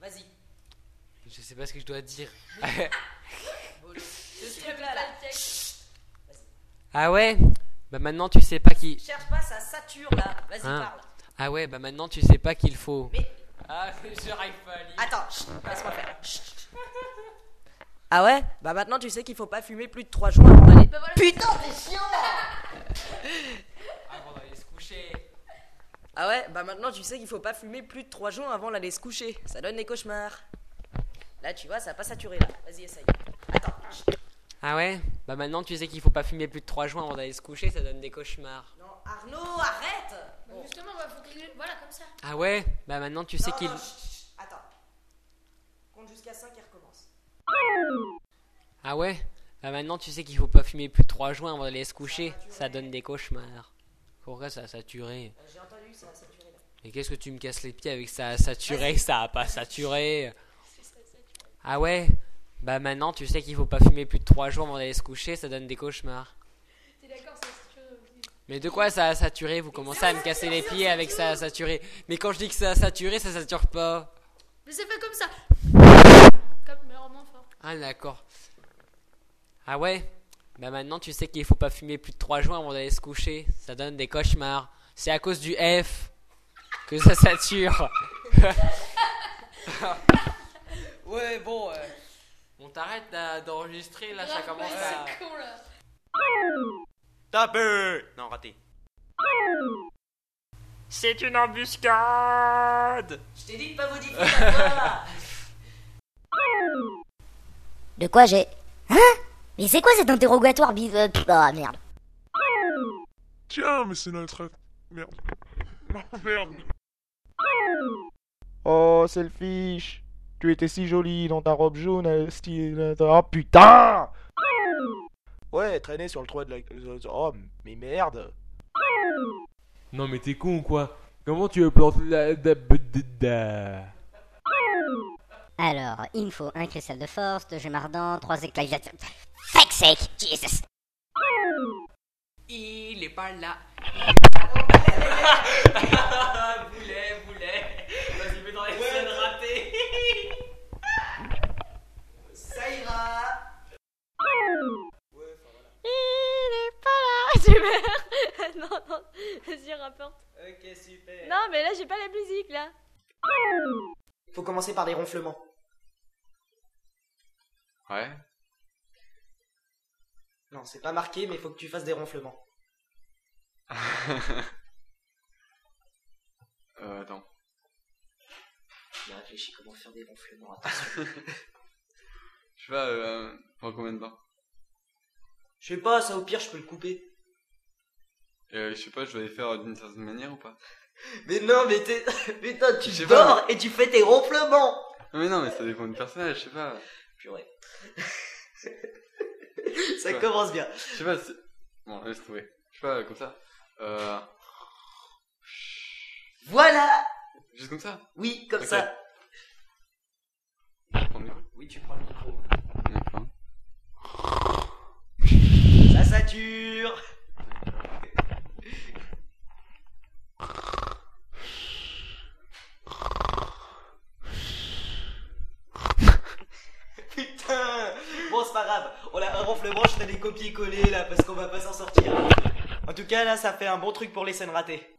Vas-y. Je sais pas ce que je dois dire. Je suis là, là. Ah ouais Bah maintenant tu sais pas qui. Cherche pas, ça sature là. Vas-y, Hein. parle. Ah ouais, bah maintenant tu sais pas qu'il faut. Mais Ah. Ah, je n'arrive pas à lire. attends, chut, laisse-moi faire. Chut, chut. Ah ouais Bah maintenant tu sais qu'il faut pas fumer plus de 3 jours avant d'aller. Putain, t'es chiant Ah, Avant d'aller se coucher. Ah ouais Bah maintenant tu sais qu'il faut pas fumer plus de 3 jours avant d'aller se coucher. Ça donne des cauchemars. Là tu vois, ça a pas saturé là. Vas-y, essaye. Attends. chut. Ah ouais Bah maintenant tu sais qu'il faut pas fumer plus de 3 joints avant d'aller se coucher, ça donne des cauchemars. Non, Arnaud, arrête Bah, Justement, bah, faut que- voilà, comme ça. Ah ouais Bah maintenant tu sais Non, qu'il. non, chut, chut, chut. Attends. Compte jusqu'à 5 et recommence. Ah ouais Bah maintenant tu sais qu'il faut pas fumer plus de 3 joints avant d'aller se coucher, ça donne des cauchemars. Pourquoi ça a saturé Euh, J'ai entendu, ça a saturé là. Mais qu'est-ce que tu me casses les pieds avec ça a saturé, ça a pas saturé Ah ouais Bah maintenant tu sais qu'il faut pas fumer plus de 3 jours avant d'aller se coucher, ça donne des cauchemars. T'es d'accord, ça c'est sûr. Mais de quoi ça a saturé Vous commencez à me casser les pieds avec ça a saturé. Mais quand je dis que ça a saturé, ça sature pas. Mais c'est fait comme ça. Comme, mais en moins fort. Ah d'accord. Ah ouais Bah maintenant tu sais qu'il faut pas fumer plus de 3 joints avant d'aller se coucher. Ça donne des cauchemars. C'est à cause du F que ça sature. Ouais, bon. euh, On t'arrête là, d'enregistrer là, ça Grave, commence ouais, à... C'est con là. Tapez Non, raté. C'est une embuscade Je t'ai dit de pas modifier ta voix là. De quoi j'ai Hein Mais c'est quoi cet interrogatoire bi... euh, pff, Ah merde. Tiens, mais c'est notre... Merde. Non, merde. Oh, Selfish, tu étais si jolie dans ta robe jaune, euh, style. euh, Oh putain Ouais, traîner sur le toit de la. Oh, mais merde Non mais t'es con ou quoi Comment tu veux planter la... da- b- d- da- Alors, il me faut un cristal de force, deux gemmes ardents, trois éclats de... Fuck sake, Jesus Il est pas là. boulet, boulet. Vas-y, mets dans les scènes ratées. Ça ira. Il est pas là Super Non, non, vas-y, rapporte. Ok, super. Non, mais là, j'ai pas la musique, là. Faut commencer par des ronflements. Ouais. Non, c'est pas marqué, mais faut que tu fasses des ronflements. euh, attends. J'ai réfléchi comment faire des ronflements. Je sais pas, euh, pendant combien de temps Je sais pas, ça au pire, je peux le couper. euh, Je sais pas, je dois les faire d'une certaine manière ou pas Mais non, mais t'es. Putain, tu Je sais dors et tu fais tes ronflements. Non mais non, mais ça dépend du personnage, je sais pas. Purée. ça Ouais. commence bien. Je sais pas, c'est... Bon, laisse tomber. Je sais pas, comme ça. Euh... Voilà Juste comme ça Oui, comme Ok. ça. Je vais prendre le micro. Oui, tu prends le micro. D'accord. Ça sature Putain Bon, c'est pas grave, on a un ronflement, je fais des copier-coller là, parce qu'on va pas s'en sortir. En tout cas, là, ça fait un bon truc pour les scènes ratées.